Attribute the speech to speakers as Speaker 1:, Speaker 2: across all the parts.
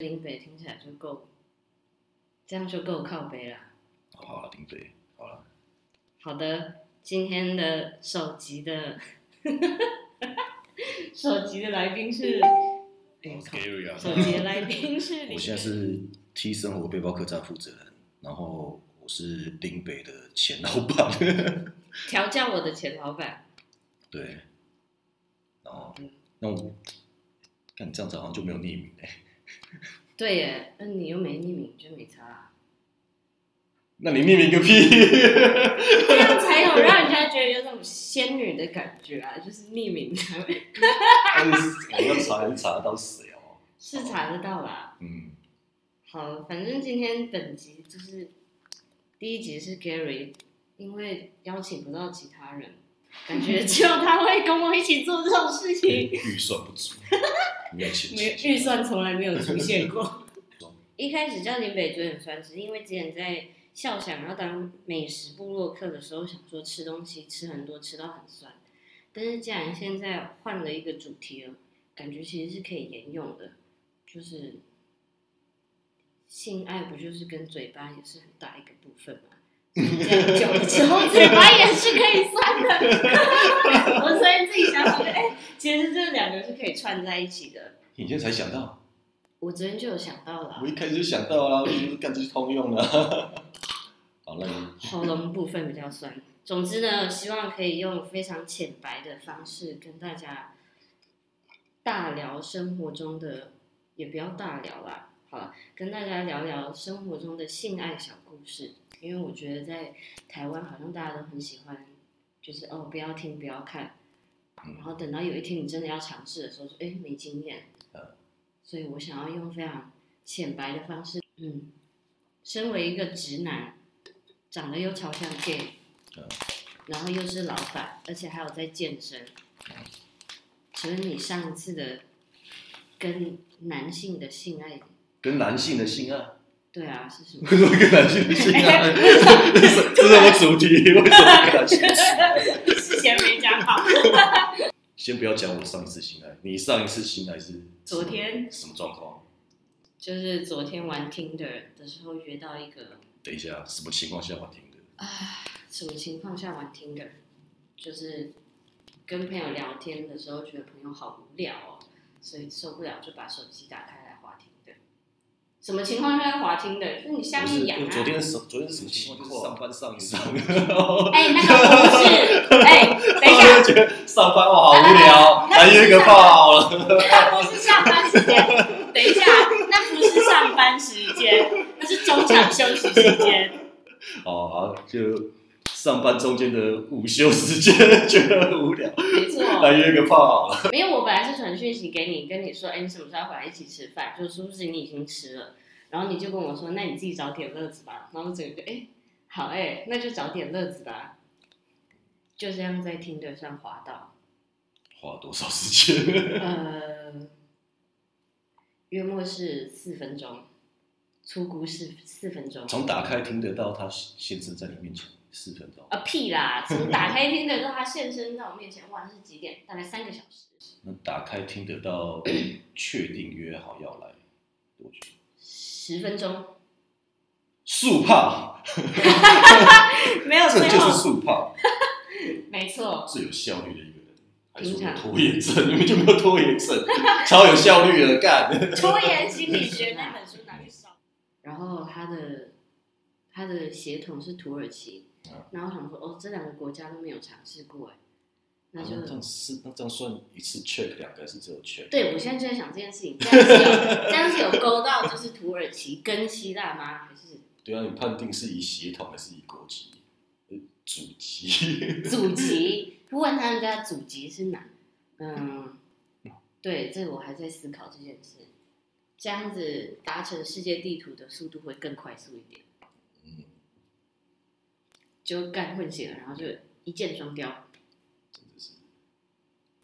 Speaker 1: 林北听起来就够，这样就够靠北啦。
Speaker 2: 好了，林北，好了，
Speaker 1: 好的，今天的首集的 首集的来宾是，哎
Speaker 2: 我是
Speaker 1: 靠
Speaker 2: Gary 啊，
Speaker 1: 首集的来宾是林
Speaker 2: 我现在是 T 生活背包客栈负责人，然后我是林北的前老板，
Speaker 1: 调教我的前老板，
Speaker 2: 对，然后
Speaker 1: 嗯
Speaker 2: 那我，看你这样子好像就没有匿名哎、
Speaker 1: 对耶，那你又没匿名就没差啦，
Speaker 2: 那你匿名个屁！
Speaker 1: 这样才有让人家觉得有 种仙女的感觉啊，就是匿名才会
Speaker 2: 我要查能查得到谁哦？
Speaker 1: 是查得到啦。
Speaker 2: 嗯，
Speaker 1: 好，反正今天本集就是第一集是 Gary，因为邀请不到其他人，感觉只有他会跟我一起做这种事情，
Speaker 2: 预算不足，没有钱，
Speaker 1: 没预算从来没有出现过。一开始叫林北嘴很酸，只是因为之前在笑想要当美食部落客的时候，想说吃东西吃很多吃到很酸，但是既然现在换了一个主题了，感觉其实是可以沿用的，就是性爱不就是跟嘴巴也是很大一个部分吗？所以这样久了之后，嘴巴也是可以算的。 我所以自己想想，哎、其实这两个是可以串在一起的。
Speaker 2: 你现在才想到，
Speaker 1: 我昨天就有想到了啊、
Speaker 2: 我一开始就想到啦，我就是干这是通用的。啊 好了，
Speaker 1: 喉咙部分比较酸。总之呢，希望可以用非常浅白的方式跟大家大聊生活中的，也不要大聊啦，好啦，跟大家聊聊生活中的性爱小故事。因为我觉得在台湾好像大家都很喜欢，就是哦不要听不要看，
Speaker 2: 嗯
Speaker 1: 然后等到有一天你真的要尝试的时候，说哎没经验，所以我想要用非常浅白的方式，嗯，身为一个直男，长得又超像 gay，、
Speaker 2: 嗯
Speaker 1: 然后又是老板，而且还有在健身，请问你上次的跟男性的性爱，
Speaker 2: 跟男性的性爱。
Speaker 1: 对啊，是什么？
Speaker 2: 为什么跟男性的性爱？这是这是我主题，为什么跟男性的性爱？
Speaker 1: 事前没讲好。
Speaker 2: 先不要讲我上一次性爱，你上一次性爱是
Speaker 1: 昨天
Speaker 2: 什么状况？
Speaker 1: 就是昨天玩 Tinder 的时候约到一个，
Speaker 2: 等一下，什么情况下我听的？
Speaker 1: 什么情况下玩 Tinder？就是跟朋友聊天的时候，觉得朋友好无聊哦，所以受不了就把手机打开来滑 Tinder。什么情况下滑 Tinder？就是你下
Speaker 2: 不
Speaker 1: 面
Speaker 2: 是，
Speaker 1: 痒啊。
Speaker 2: 昨天是什昨天是什么情况？就是上班上一上，
Speaker 1: 哎、那个不是，哎、等一下，
Speaker 2: 就觉得上班我好无聊，来约个炮了。
Speaker 1: 那不是上班时间。等一下，那不是上班时间，那是中场休息时间。
Speaker 2: 哦，好就上班中间的午休时间觉得很无聊，
Speaker 1: 没错，
Speaker 2: 来约个炮。
Speaker 1: 没有，我本来是传讯息给你，跟你说，哎、你什么时候要回来一起吃饭？就是说不是你已经吃了，然后你就跟我说，那你自己找点乐子吧。然后我整个就，哎、好哎、那就找点乐子吧。就这样在听的上滑到，
Speaker 2: 花多少时间？
Speaker 1: 呃，约莫是四分钟，粗估是四分钟。
Speaker 2: 从打开听得到他先生在你面前四分钟，
Speaker 1: 啊屁啦！从打开听的到他现身在我面前，哇，是几点？大概三个小时，
Speaker 2: 那打开听得到确定约好要来多久？
Speaker 1: 十分钟，
Speaker 2: 速炮，
Speaker 1: 没有
Speaker 2: 这
Speaker 1: 最
Speaker 2: 就是
Speaker 1: 后，
Speaker 2: 速炮，
Speaker 1: 没错，
Speaker 2: 最有效率的一个人。还
Speaker 1: 平
Speaker 2: 说
Speaker 1: 常
Speaker 2: 有拖延症， 你们就没有拖延症，超有效率的干。
Speaker 1: 拖延心理学那本书拿去烧。然后他的他的血统是土耳其，
Speaker 2: 嗯
Speaker 1: 然后我想说哦，这两个国家都没有尝试过哎，那
Speaker 2: 那
Speaker 1: 就、
Speaker 2: 这样是那这样算一次 check 两个还是只有 check？
Speaker 1: 对我现在就在想这件事情，这样子有 这样子有勾到就是土耳其跟希腊吗？还是
Speaker 2: 对啊，你判定是以血统还是以国籍？呃，祖籍
Speaker 1: 祖籍？问他人家祖籍是哪？嗯，对，这个我还在思考这件事。这样子达成世界地图的速度会更快速一点。
Speaker 2: 嗯
Speaker 1: 就干混血了，然后就一箭双雕。
Speaker 2: 真的是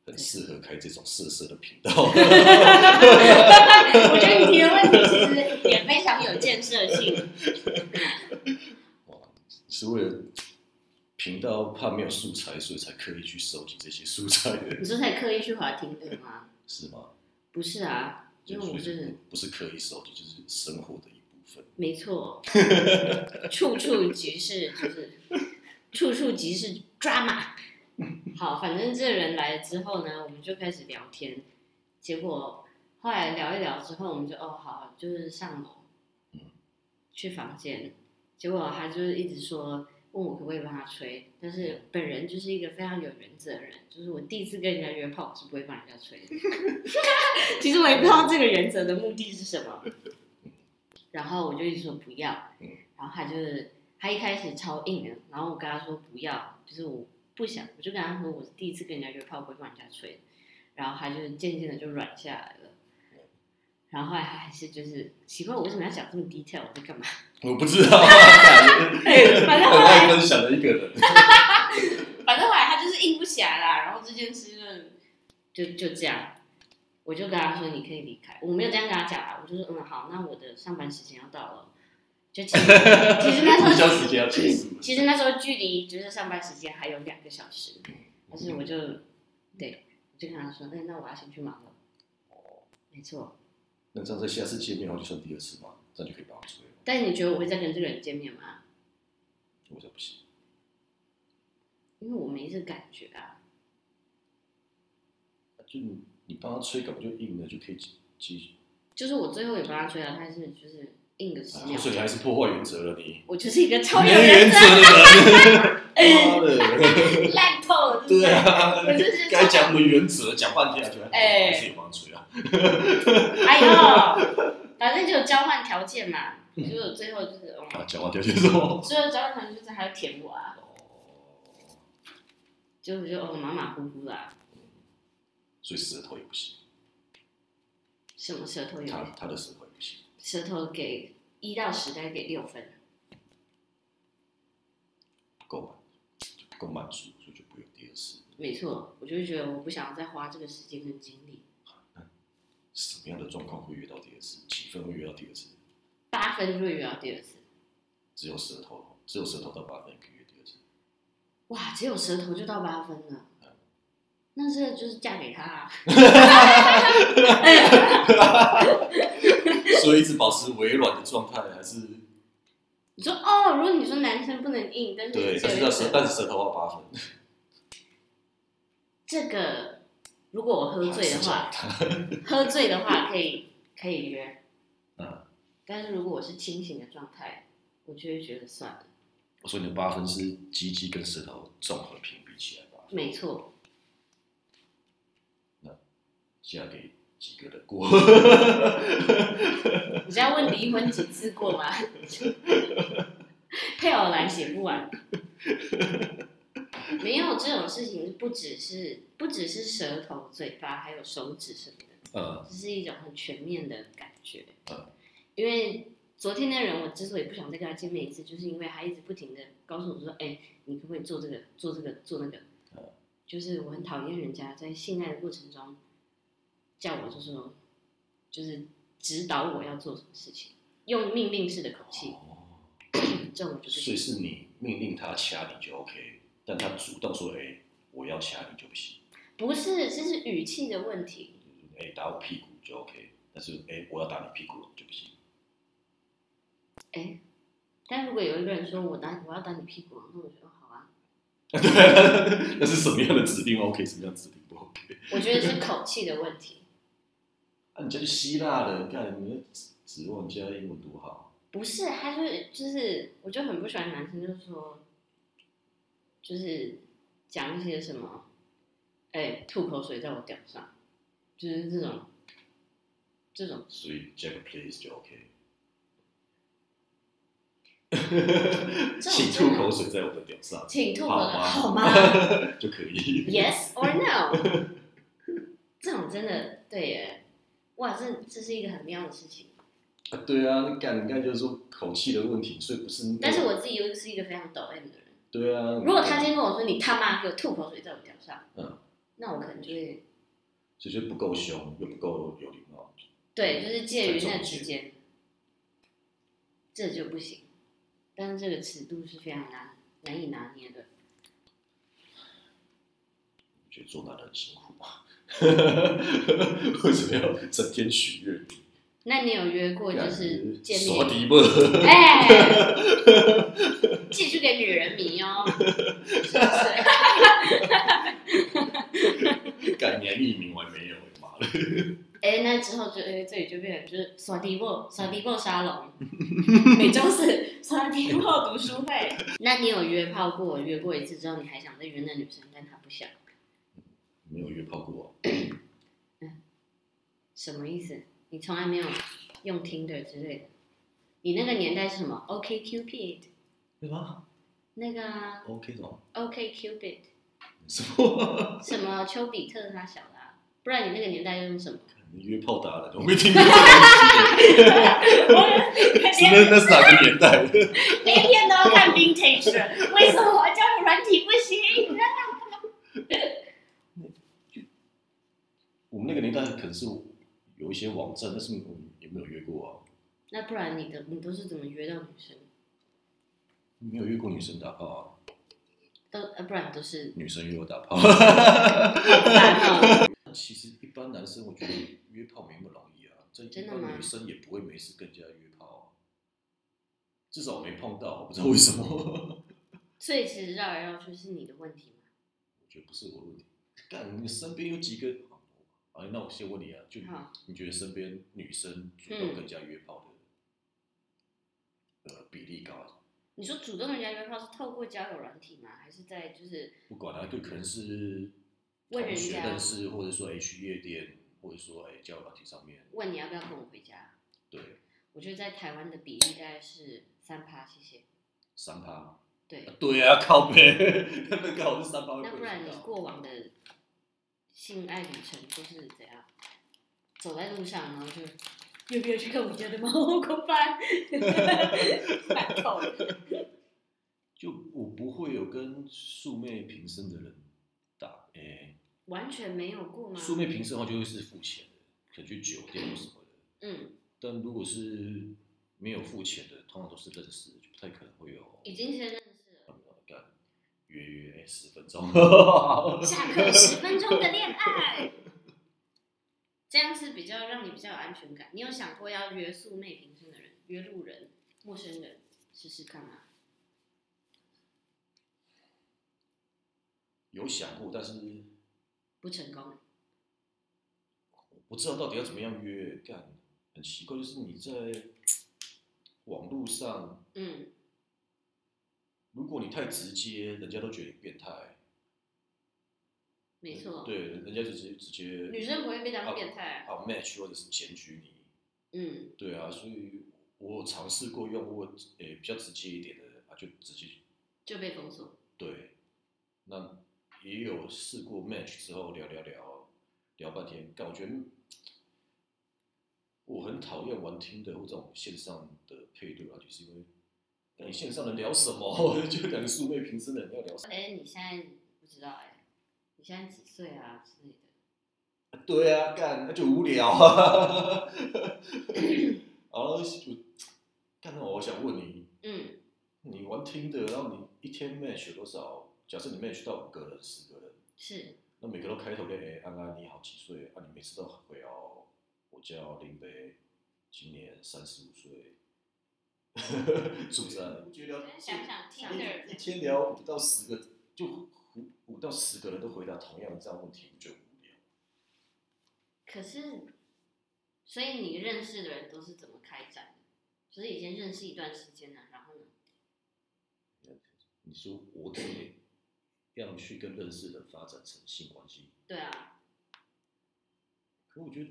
Speaker 2: 很适合开这种色色的频道。
Speaker 1: 我觉得你提的问题其实也非常有建设性。
Speaker 2: 是为了频道怕没有素材，所以才刻意去收集这些素材的，
Speaker 1: 你说才刻意去滑听的吗？
Speaker 2: 是吗？
Speaker 1: 不是啊，因为我
Speaker 2: 所以就
Speaker 1: 真的
Speaker 2: 不不是刻意收集，就是生活的一部分。
Speaker 1: 没错，处处即是就是处处即是 drama。好，反正这人来了之后呢，我们就开始聊天，结果后来聊一聊之后，我们就哦好，就是上楼
Speaker 2: 嗯，
Speaker 1: 去房间，结果他就是一直说问我可不可以帮他吹，但是本人就是一个非常有原则的人，就是我第一次跟人家约炮，我是不会帮人家吹的。 其实我也不知道这个原则的目的是什么，然后我就一直说不要
Speaker 2: 嗯，
Speaker 1: 然后他就是他一开始超硬的，然后我跟他说不要，就是我不想，我就跟他说我是第一次跟人家约炮，不会帮人家吹，然后他就渐渐的就软下来了。然后后来他还是就是奇怪，我为什么要讲这么 detail？我在干嘛？
Speaker 2: 我不知道，感觉
Speaker 1: 哎反正后
Speaker 2: 很
Speaker 1: 来
Speaker 2: 爱分享的一个人。
Speaker 1: 反正后来他就是硬不起来啦，然后这件事就就就这样，我就跟他说你可以离开，我没有这样跟他讲啊，我就说嗯好，那我的上班时间要到了，就其实其实 那时候
Speaker 2: 互相时间要结束。
Speaker 1: 其实那时候距离就是上班时间还有两个小时，但是我就对，我就跟他说，哎、那我要先去忙了。哦没错，
Speaker 2: 那这样在下次见面后就算第二次嘛，这样就可以帮我追了。
Speaker 1: 但你觉得我会再跟这个人见面吗？
Speaker 2: 我才不行，
Speaker 1: 因为我没这感觉啊。
Speaker 2: 就你你帮他吹，感觉就硬了，就可以继继。
Speaker 1: 就是我最后也帮他吹了，啊他还是就是硬个十
Speaker 2: 啊
Speaker 1: 秒
Speaker 2: 所以你还是破坏原则了， 你
Speaker 1: 我就是一个超
Speaker 2: 没
Speaker 1: 有原
Speaker 2: 原
Speaker 1: 则
Speaker 2: 则 的人，妈的，
Speaker 1: 烂透了，
Speaker 2: 对
Speaker 1: 啊，
Speaker 2: 啊
Speaker 1: 我就是，
Speaker 2: 该讲没原则，讲半天啊，觉得
Speaker 1: 哎
Speaker 2: 还是有帮他吹啊。
Speaker 1: 哎呦，反正就交换条件嘛，
Speaker 2: 嗯
Speaker 1: 就是最后就是，嗯
Speaker 2: 啊，讲完掉就是什么？
Speaker 1: 最后交换条件就是还要舔我啊，就我就哦马马虎虎啦，
Speaker 2: 所以舌头也不行，
Speaker 1: 什么舌头
Speaker 2: 他
Speaker 1: 有，
Speaker 2: 他的舌头也不行，
Speaker 1: 舌头给一到十大概给六分，
Speaker 2: 够满就够满足，所以就不用第二次。
Speaker 1: 没错，我就觉得我不想再花这个时间跟精力，
Speaker 2: 什么样的状况会约到第二次？几分会约到第二次？
Speaker 1: 八分就约到第二次，
Speaker 2: 只有舌头，只有舌头到八分可以约第二次。
Speaker 1: 哇，只有舌头就到八分了，
Speaker 2: 嗯
Speaker 1: 那这就是嫁给他、啊，
Speaker 2: 所以一直保持微软的状态，还是
Speaker 1: 你说哦，如果你说男生不能硬，但是
Speaker 2: 对，但
Speaker 1: 只
Speaker 2: 是
Speaker 1: 有
Speaker 2: 要
Speaker 1: 一个
Speaker 2: 舌，但是舌头要八分。
Speaker 1: 这个如果我喝醉的话，
Speaker 2: 还是
Speaker 1: 喝醉的话可以可以约，
Speaker 2: 嗯，
Speaker 1: 但是如果我是清醒的状态，我就会觉得算了，
Speaker 2: 我说你的八分是鸡鸡跟舌头综合评比起来吧，
Speaker 1: 没错，
Speaker 2: 嫁给几个人过？
Speaker 1: 你是要问离婚几次过吗？配偶栏写不完，没有这种事情，不只是不只是舌头、嘴巴，还有手指什么的。
Speaker 2: 呃，
Speaker 1: 这是一种很全面的感觉。
Speaker 2: 嗯
Speaker 1: 因为昨天那人，我之所以不想再跟他见面一次，就是因为他一直不停的告诉我说：“哎、你可不可以做这个，做这个，做那个？”
Speaker 2: 嗯
Speaker 1: 就是我很讨厌人家在性爱的过程中叫我，就说，就是指导我要做什么事情，用命令式的口气，
Speaker 2: 哦，
Speaker 1: 这种我就不
Speaker 2: 所以
Speaker 1: 行。
Speaker 2: 是你命令他掐你就 OK，但他主动说，哎、我要掐你就不行，
Speaker 1: 不是，这是语气的问题。
Speaker 2: 哎、打我屁股就 OK，但是哎、我要打你屁股就不行。
Speaker 1: 哎，但如果有一个人说我打我要打你屁股，那我觉得哦好啊，
Speaker 2: 对， 那是什么样的指令 OK，什么样的指令不 OK？
Speaker 1: 我觉得是口气的问题。
Speaker 2: 啊，你家去希腊人，看你们指指望人家英文多好，
Speaker 1: 不是，他就是就是，我就很不喜欢男生，就是说，就是讲一些什么，哎、吐口水在我屌上，就是这种，这种，
Speaker 2: 所以加个 please 就 OK。
Speaker 1: 这
Speaker 2: 请
Speaker 1: 种
Speaker 2: 吐口水在我的屌 上，
Speaker 1: 请吐口
Speaker 2: 好
Speaker 1: 水
Speaker 2: 吗？
Speaker 1: 好吗
Speaker 2: 就可以。
Speaker 1: ？Yes or no？这种真的对耶，哇，这这是一个很妙的事情。
Speaker 2: 啊对啊，你干你干就是说口气的问题，所以不是那个。
Speaker 1: 但是我自己又是一个非常抖 M 的人，
Speaker 2: 对啊，
Speaker 1: 如果他今天跟我说你他妈给我吐口水在我屌上，
Speaker 2: 嗯，
Speaker 1: 那我可能就会
Speaker 2: 所以就不够凶，又不够有礼貌，
Speaker 1: 对，就是介于那
Speaker 2: 在中间
Speaker 1: 之间，这就不行。但是这个尺度是非常难难以拿捏的。
Speaker 2: 我觉得做男人很辛苦嘛。为什么要整天许愿？
Speaker 1: 那你有约过就是见
Speaker 2: 耍
Speaker 1: 面？
Speaker 2: 迪吧，
Speaker 1: 哎，寄去给女人迷哦，是不是？
Speaker 2: 敢年匿名我还没有，妈的！
Speaker 1: 哎，那之后就哎，这里就变成就是耍迪沃耍迪沃沙龙，每周四耍迪沃读书会。那你有约炮过？约过一次之后，你还想再约那女生，但她不想，
Speaker 2: 没有约炮过、啊，
Speaker 1: 什么意思？你从来没有用 Tinder 之类的？你那个年代是什么？OK Cupid
Speaker 2: 对吧
Speaker 1: 那个啊
Speaker 2: ？OK 哦什么？
Speaker 1: OK Cupid
Speaker 2: 什么？
Speaker 1: 什么丘比特他小的、啊，不然你那个年代又用什 么？
Speaker 2: 你约炮达人，我没听过这个东西。
Speaker 1: 连
Speaker 2: 那那是哪个年代的？
Speaker 1: 连片都要看 vintage，的为什么交友软体不行？
Speaker 2: 我们那个年代可能是有一些网站，但是我们也没有约过啊，
Speaker 1: 那不然你的你都是怎么约到女生？
Speaker 2: 没有约过女生打炮啊，
Speaker 1: 都呃不然都是
Speaker 2: 女生约我打炮。啊 其实一般男生我觉得约炮没那么容易啊，这一
Speaker 1: 真的吗
Speaker 2: 般女生也不会没事跟人家约炮啊、至少我没碰到，我不知道为什么。我
Speaker 1: 所以其实绕来绕去是你的问题嘛？
Speaker 2: 觉得不 是我的问题，干你身边有几个？哎，那我先问你啊，就你
Speaker 1: 好
Speaker 2: 你觉得身边女生主
Speaker 1: 嗯
Speaker 2: 动跟人家约炮的，呃，比例高啊？
Speaker 1: 你说主动人家约炮是透过交友软体吗？还是在就是
Speaker 2: 不管啊，就可能是
Speaker 1: 问
Speaker 2: 同
Speaker 1: 人
Speaker 2: 学
Speaker 1: 家
Speaker 2: 认识，或者说哎去夜店，或者说哎交友软体上面，
Speaker 1: 问你要不要跟我回家？
Speaker 2: 对，
Speaker 1: 我觉得在台湾的比例大概是三趴，谢谢。
Speaker 2: 三趴。
Speaker 1: 对，
Speaker 2: 对啊，靠背，那刚好是三趴会
Speaker 1: 那
Speaker 2: 不
Speaker 1: 不然你
Speaker 2: 到。
Speaker 1: 过往的性爱旅程都是怎样？走在路上，然后就要不要去看我家的猫狗 饭？馒头。
Speaker 2: 就我不会有跟素昧平生的人打，哎、
Speaker 1: 完全没有过吗？
Speaker 2: 素昧平生的话就会是付钱的，可能去酒店或什么的。
Speaker 1: 嗯，
Speaker 2: 但如果是没有付钱的，通常都是认识的，就不太可能会有
Speaker 1: 已经先认识了，
Speaker 2: 呃约约哎十分钟。
Speaker 1: 下课十分钟的恋爱，这样是比较让你比较有安全感。你有想过要约素昧平生的人，约路人、陌生人试试看吗？
Speaker 2: 有想过，但是
Speaker 1: 不成功，
Speaker 2: 我知道到底要怎么样约，干很奇怪，就是你在网络上，
Speaker 1: 嗯，
Speaker 2: 如果你太直接，人家都觉得你变态。
Speaker 1: 没错，
Speaker 2: 对，人家就直接直接
Speaker 1: 女生不会被当变态啊
Speaker 2: 啊 match 或者是检举你，
Speaker 1: 嗯，
Speaker 2: 对啊，所以我有尝试过用我诶、比较直接一点的啊，就直接
Speaker 1: 就被封锁。
Speaker 2: 对，那也有试过 match 之后聊聊聊聊半天，但我觉得我很讨厌玩听的或这种线上的配对啊，就是因为那你线上能聊什么？ 就两个素昧平生的人要聊什么？
Speaker 1: 哎、你现在不知道哎、你现在几岁啊之类的？
Speaker 2: 对啊，干那就无聊啊。 然后就干，那我想问你，
Speaker 1: 嗯，
Speaker 2: 你玩听的，然后你一天 match 多少？假设你 match 到五个人、十个人，
Speaker 1: 是，
Speaker 2: 那每个都开头跟哎安安你好几岁啊？你每次都会哦，我叫林北，今年三十五岁， 住在我觉得
Speaker 1: 想想听
Speaker 2: 一天聊五到十个，就五五到十个人都回答同样的这样问题，你不觉得无聊？
Speaker 1: 可是，所以你认识的人都是怎么开展的？就是已经认识一段时间了，然后呢？
Speaker 2: 你说我怎么样去跟认识的人发展成性关系？
Speaker 1: 对啊，
Speaker 2: 可我觉得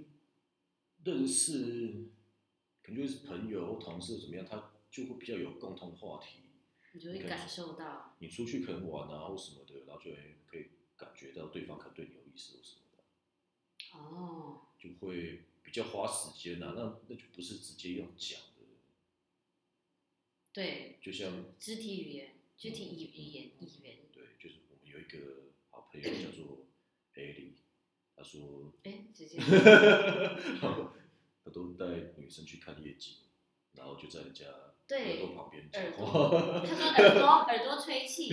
Speaker 2: 认识，可能就是朋友或同事怎么样，他就会比较有共同的话题。
Speaker 1: 你就会感受到，
Speaker 2: 你出去可能玩啊或什么的，然后就会可以感觉到对方可能对你有意思或什么的，
Speaker 1: 哦，
Speaker 2: 就会比较花时间啊。那那就不是直接用讲的，
Speaker 1: 对，
Speaker 2: 就像
Speaker 1: 肢体语言，肢体语语言语 言，
Speaker 2: 对，就是我们有一个好朋友叫做艾莉，他说
Speaker 1: 哎、直 接
Speaker 2: 他都带女生去看夜景，然后就在人家
Speaker 1: 对
Speaker 2: 耳朵旁边
Speaker 1: 耳
Speaker 2: 讲
Speaker 1: 朵，
Speaker 2: 话。
Speaker 1: 他 说耳朵耳朵吹气，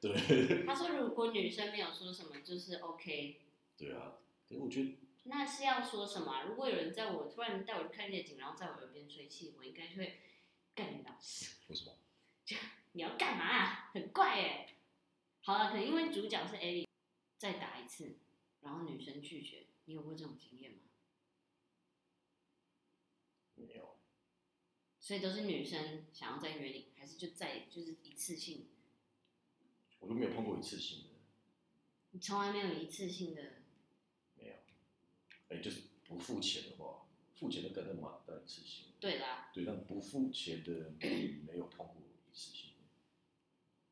Speaker 2: 对
Speaker 1: 他说如果女生没有说什么，就是 OK，
Speaker 2: 对啊，可是我觉得
Speaker 1: 那是要说什么啊、如果有人在我突然带我去看夜景，然后在我耳边吹气，我应该就会干你老师，
Speaker 2: 为什么？
Speaker 1: 你要干嘛、啊？很怪哎、好了，可能因为主角是 A，再打一次，然后女生拒绝，你有过这种经验吗？
Speaker 2: 没有，
Speaker 1: 所以都是女生想要再约你，还是就再就是一次性？
Speaker 2: 我就没有碰过一次性的，
Speaker 1: 你从来没有一次性的，
Speaker 2: 没有。哎、就是不付钱的话，付钱的可能嘛，但一次性的。
Speaker 1: 对啦，
Speaker 2: 对，但不付钱的没有碰过一次性的。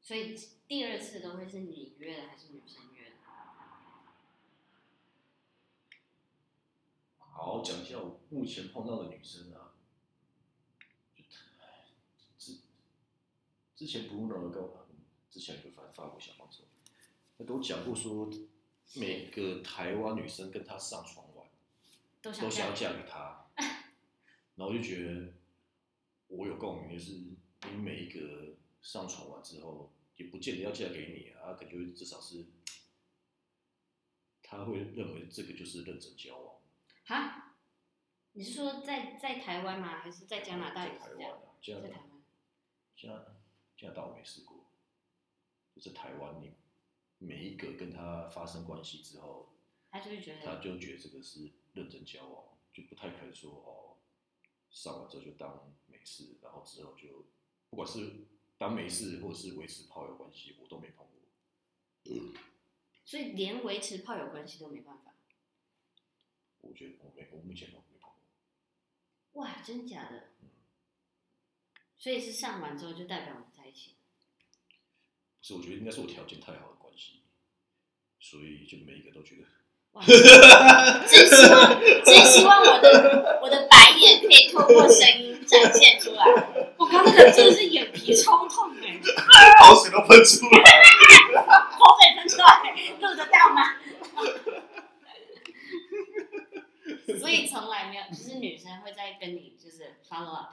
Speaker 1: 所以第二次都会是你约的还是女生约的？啊
Speaker 2: 好，讲一下我目前碰到的女生啊，就唉之之前 Bruno 跟我之前有个反法国小帮手，他跟我讲过说，每个台湾女生跟他上床玩
Speaker 1: 都想
Speaker 2: 都想要
Speaker 1: 干
Speaker 2: 嫁 给他，然后我就觉得我有共鸣，就是你每一个上床完之后，也不见得要嫁给你啊，感觉至少是他会认为这个就是认真交往。
Speaker 1: 哈？你是说在在台湾吗？还是在加拿大
Speaker 2: 在
Speaker 1: 也
Speaker 2: 台
Speaker 1: 是这
Speaker 2: 湾
Speaker 1: 样？
Speaker 2: 啊，加
Speaker 1: 在
Speaker 2: 拿
Speaker 1: 台
Speaker 2: 大
Speaker 1: 湾，
Speaker 2: 加拿加拿大我没试过，就是台湾你每一个跟他发生关系之后，
Speaker 1: 他就会觉
Speaker 2: 他
Speaker 1: 得
Speaker 2: 就觉得这个是认真交往，就不太可能说哦，上完之后就当没事，然后之后就不管是当没事或者是维持炮友关系，我都没碰过。
Speaker 1: 所以连维持炮友关系都没办法。
Speaker 2: 我觉得我没，我目前都没碰过。
Speaker 1: 哇，真假的
Speaker 2: 嗯？
Speaker 1: 所以是上完之后就代表我们在一起。
Speaker 2: 不是，我觉得应该是我条件太好的关系，所以就每一个都觉得
Speaker 1: 哇！真希望，真希望我的我的白眼可以透过声音展现出来。我刚刚那个真的是眼皮抽痛哎，
Speaker 2: 口水都喷出来。
Speaker 1: 口水喷出来，录得到吗？ 所以从来没有，就是女生会在跟你就是 follow up，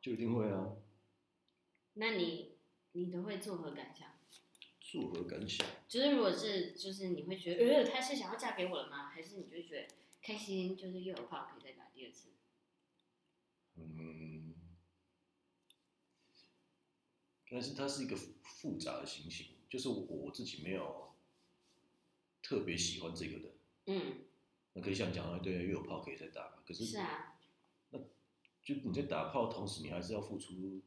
Speaker 2: 就一定会啊。
Speaker 1: 那你你都会作何感想？
Speaker 2: 作何感想？
Speaker 1: 就是如果是就是你会觉得，呃，她是想要嫁给我了吗？还是你就会觉得开心，就是又有炮可以再打第二次？
Speaker 2: 嗯，但是它是一个复复杂的情形，就是我我自己没有特别喜欢这个人。
Speaker 1: 嗯，
Speaker 2: 那可以像讲啊，对，又有炮可以再打嘛，可是
Speaker 1: 是啊，
Speaker 2: 就你在打炮的同时，你还是要付出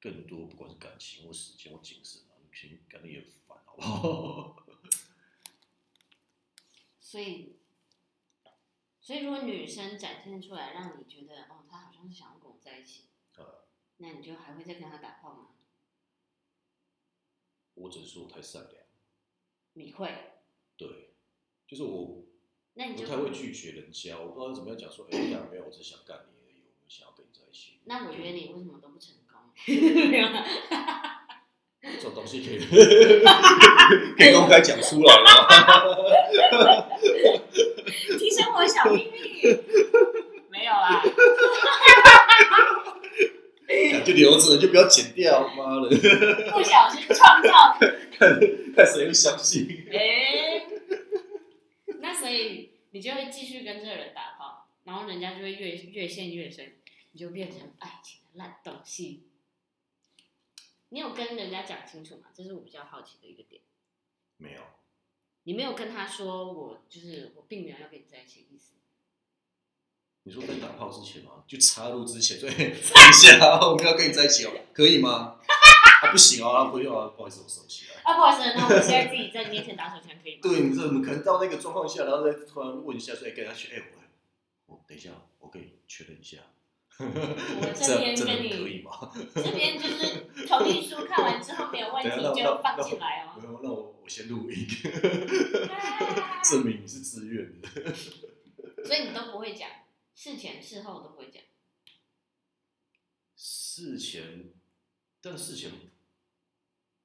Speaker 2: 更多，不管是感情或时间或精神啊，你肯定感觉也很烦，好不好？
Speaker 1: 所以所以如果女生展现出来让你觉得，哦，她好像是想要跟我在一起，
Speaker 2: 呃，
Speaker 1: 那你就还会再跟她打炮吗？
Speaker 2: 我只是说我太善良，
Speaker 1: 你会？
Speaker 2: 对，就是我
Speaker 1: 那你
Speaker 2: 不
Speaker 1: 就
Speaker 2: 太会拒绝人家，我不知道怎么样讲说，哎、呀，没有，我只想干你而已，我没有想要跟你在一起。
Speaker 1: 那我觉得你为什么都不成功？
Speaker 2: 这种东西 可以可以公开讲出来 了。
Speaker 1: 提升我小秘密？没有啦，
Speaker 2: 就留着，就不要剪掉，妈的，
Speaker 1: 不小心创造
Speaker 2: 看谁会相信。
Speaker 1: 哎、那所以你就会继续跟这个人打炮，然后人家就会越越陷越深，你就变成爱情的烂东西。你有跟人家讲清楚吗？这是我比较好奇的一个点。
Speaker 2: 没有，
Speaker 1: 你没有跟他说我就是我并没有要跟你在一起的意思，
Speaker 2: 你说在打炮之前吗？就插入之前，对，等一下，我们要跟你在一起哦，可以吗？ 啊，不行哦，啊不用啊，不好意思，我手机了。
Speaker 1: 啊，不好意思，那我现在自己在你面前打手枪可以吗？
Speaker 2: 对，你这我们可能到那个状况下，然后再突然问一下说，哎，跟他去，哎，我，我等一下，我跟你确认一下，
Speaker 1: 我这
Speaker 2: 这
Speaker 1: 边
Speaker 2: 这
Speaker 1: 跟
Speaker 2: 能可
Speaker 1: 你
Speaker 2: 以吗？
Speaker 1: 这边就是同意书看完之后没有问
Speaker 2: 等一下
Speaker 1: 题
Speaker 2: 那
Speaker 1: 就
Speaker 2: 那
Speaker 1: 放进来哦
Speaker 2: 没。有，那我我先录音，
Speaker 1: 啊
Speaker 2: 证明你 是自愿的。
Speaker 1: 所以你都不会讲，事前事后都不会讲。
Speaker 2: 事前，但事前，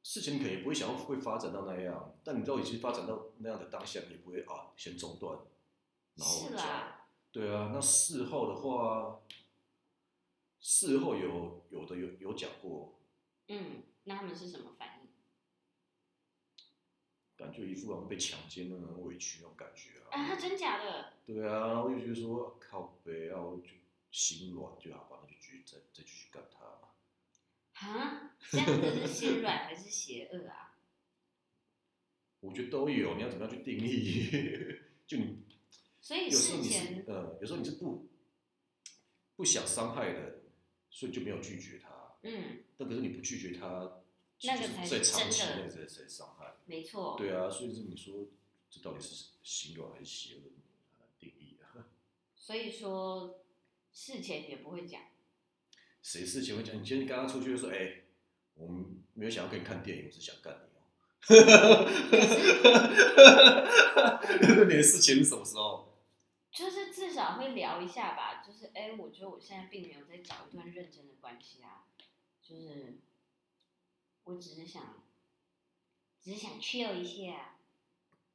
Speaker 2: 事前你肯定不会想要会发展到那样，但你到已经发展到那样的当下，你也不会啊先中断，然后
Speaker 1: 是
Speaker 2: 讲
Speaker 1: 啦，
Speaker 2: 对啊，那事后的话，事后有有的有有讲过，
Speaker 1: 嗯，那他们是什么反应？
Speaker 2: 感觉一副好像被强奸那种委屈那种感觉啊。
Speaker 1: 啊，真假的？
Speaker 2: 对啊，然后就觉得说靠北啊，我就心软就好吧，那就继续再再继续干他嘛。
Speaker 1: 啊，这样子是心软还是邪恶啊？
Speaker 2: 我觉得都有，你要怎么样去定义？ 就你
Speaker 1: 所以
Speaker 2: 有时
Speaker 1: 事
Speaker 2: 候你是
Speaker 1: 前
Speaker 2: 呃，有时候
Speaker 1: 嗯
Speaker 2: 你是不不想伤害人，所以就没有拒绝他。
Speaker 1: 嗯，
Speaker 2: 但可是你不拒绝他，
Speaker 1: 那个
Speaker 2: 就是
Speaker 1: 才是
Speaker 2: 在长
Speaker 1: 真
Speaker 2: 期
Speaker 1: 的
Speaker 2: 内在在伤害。
Speaker 1: 没错，
Speaker 2: 对啊，所以是你说这到底是形容还是邪恶？很难定义啊。
Speaker 1: 所以说事前也不会讲。
Speaker 2: 谁事情会讲？你先跟他出去就说，哎、我们没有想要跟你看电影，我只想干你哦。 那你的事情是什么时候？
Speaker 1: 就是至少会聊一下吧，就是哎、我觉得我现在并没有在找一段认真的关系啊，就是我只是想，只是想 chill 一下。啊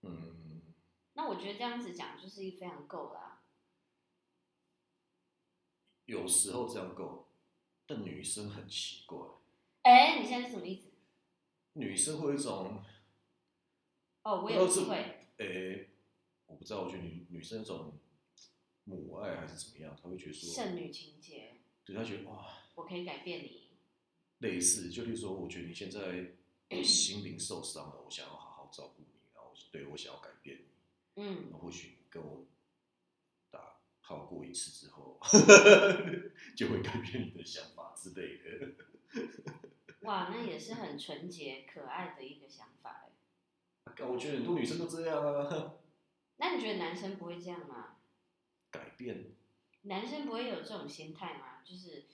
Speaker 2: 嗯，
Speaker 1: 那我觉得这样子讲就是非常够啊啦。
Speaker 2: 有时候这样够，但女生很奇怪，
Speaker 1: 哎、你现在是什么意思？
Speaker 2: 女生会有一种，
Speaker 1: 哦，我
Speaker 2: 不知
Speaker 1: 有
Speaker 2: 道是
Speaker 1: 机会，
Speaker 2: 哎、我不知道，我觉得女女生有种母爱还是怎么样，她会觉得说，
Speaker 1: 剩女情节，
Speaker 2: 对她觉得哇，
Speaker 1: 我可以改变你。
Speaker 2: 类似，就例如说，我觉得你现在心灵受伤了，我想要好好照顾你，然后对我想要改变你。
Speaker 1: 嗯
Speaker 2: 那，或许你跟我打炮过一次之后， 就会改变你的想法之类的。
Speaker 1: 哇，那也是很纯洁可爱的一个想法哎。
Speaker 2: 干我觉得很多女生都这样啊，
Speaker 1: 那你觉得男生不会这样吗？
Speaker 2: 改变
Speaker 1: 男生不会有这种心态吗？就是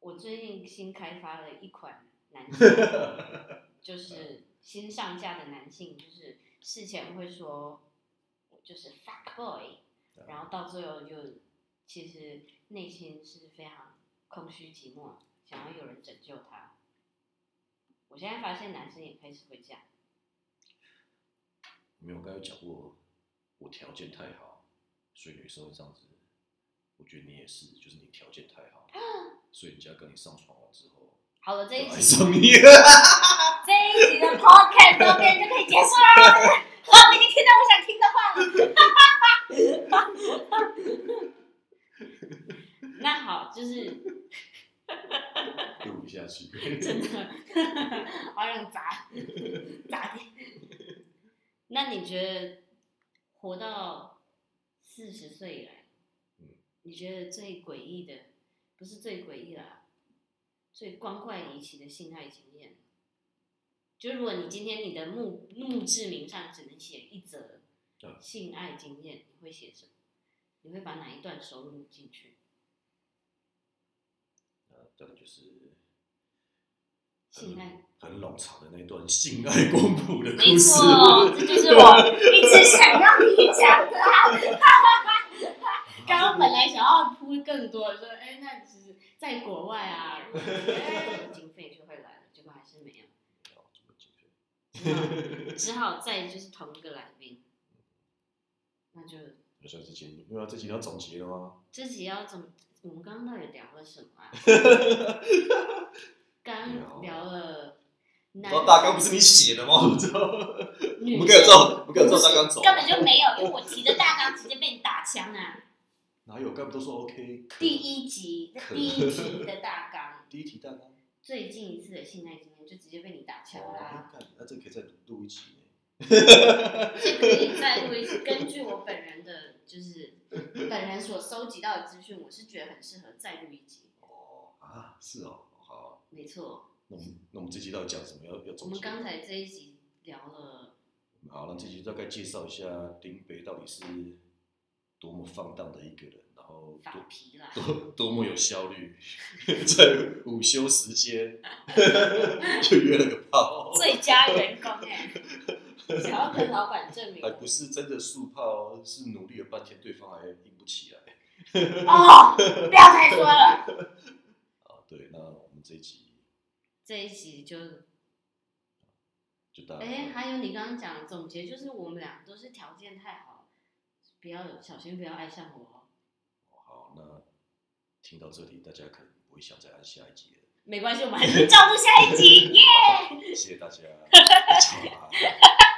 Speaker 1: 我最近新开发了一款男性，就是新上架的男性，就是事前会说我就是 fuck boy，
Speaker 2: 啊
Speaker 1: 然后到最后就其实内心是非常空虚寂寞，想要有人拯救他。我现在发现男生也开始会这样，
Speaker 2: 没有，我刚才有讲过，我条件太好，所以女生会这样子。我觉得你也是，就是你条件太好，所以人家跟你上床完之后，
Speaker 1: 好了，这
Speaker 2: 就
Speaker 1: 一
Speaker 2: 爱
Speaker 1: 集
Speaker 2: 上你。
Speaker 1: 这一集的 podcast 到这边就可以结束啦。我已经听到我想听的话了。那好，就是
Speaker 2: 录不下去。
Speaker 1: 真的， 好想砸 砸你。那你觉得活到四十岁以来，
Speaker 2: 嗯
Speaker 1: 你觉得最诡异的，不是最诡异啦，最光怪离奇的性爱经验？就如果你今天你的墓墓志铭上只能写一则
Speaker 2: 嗯
Speaker 1: 性爱经验，你会写什么？你会把哪一段收录进
Speaker 2: 嗯
Speaker 1: 去？
Speaker 2: 呃，大概就是
Speaker 1: 性爱
Speaker 2: 很很冗长的那段性爱光谱的
Speaker 1: 没
Speaker 2: 故事。
Speaker 1: 错，这就是我一直想要你讲的啊。刚刚本来想要铺更多，说哎，那其实在国外啊，如果有经费就会来了，结果还是没 有，只好只好再就是同一个来宾，那就
Speaker 2: 就像这集，因为啊这集要总结了吗？
Speaker 1: 这集要怎么？我们刚刚到底聊了什么啊？刚聊了男
Speaker 2: 然后大纲不是你写的吗？我 知道，我
Speaker 1: 女
Speaker 2: 们可以照，我们可以照大纲走。啊
Speaker 1: 根本就没有，因为我提的大纲直接被你打枪啊！
Speaker 2: 哪有？根本都说 OK。
Speaker 1: 第一集
Speaker 2: 可
Speaker 1: 第一题的大纲，
Speaker 2: 第一题大纲。
Speaker 1: 最近一次的性爱经验就直接被你打枪
Speaker 2: 哦
Speaker 1: 啦、，
Speaker 2: 干那这个可以再录一集呢。
Speaker 1: 这可以再录一次。根据我本人的，就是本人所收集到的资讯，我是觉得很适合再录一集。
Speaker 2: 哦啊，是哦，好，
Speaker 1: 没错，
Speaker 2: 那我们那我们这集到底讲什么？要要
Speaker 1: 我
Speaker 2: 总结。
Speaker 1: 们刚才这一集聊了，
Speaker 2: 好，那这集大概介绍一下林北到底是多么放荡的一个人，然后
Speaker 1: 法
Speaker 2: 多
Speaker 1: 皮 啦，
Speaker 2: 多多么有效率，在午休时 间就约了个炮，
Speaker 1: 最佳员工哎、想要跟老板证 明
Speaker 2: 还不是真的速炮，哦是努力了半天，对方还硬不起来。
Speaker 1: 哦，不要再说了。
Speaker 2: 啊，对，那我们这一集
Speaker 1: 这一集就
Speaker 2: 就大
Speaker 1: 哎、
Speaker 2: 概
Speaker 1: 还有你刚刚讲的总结，就是我们俩都是条件太好，不要小心不要爱上我哦。
Speaker 2: 好，那听到这里，大家可能不会想再按下一集了。
Speaker 1: 没关系，我们还是照顾下一集，耶、
Speaker 2: 谢谢大家，再见。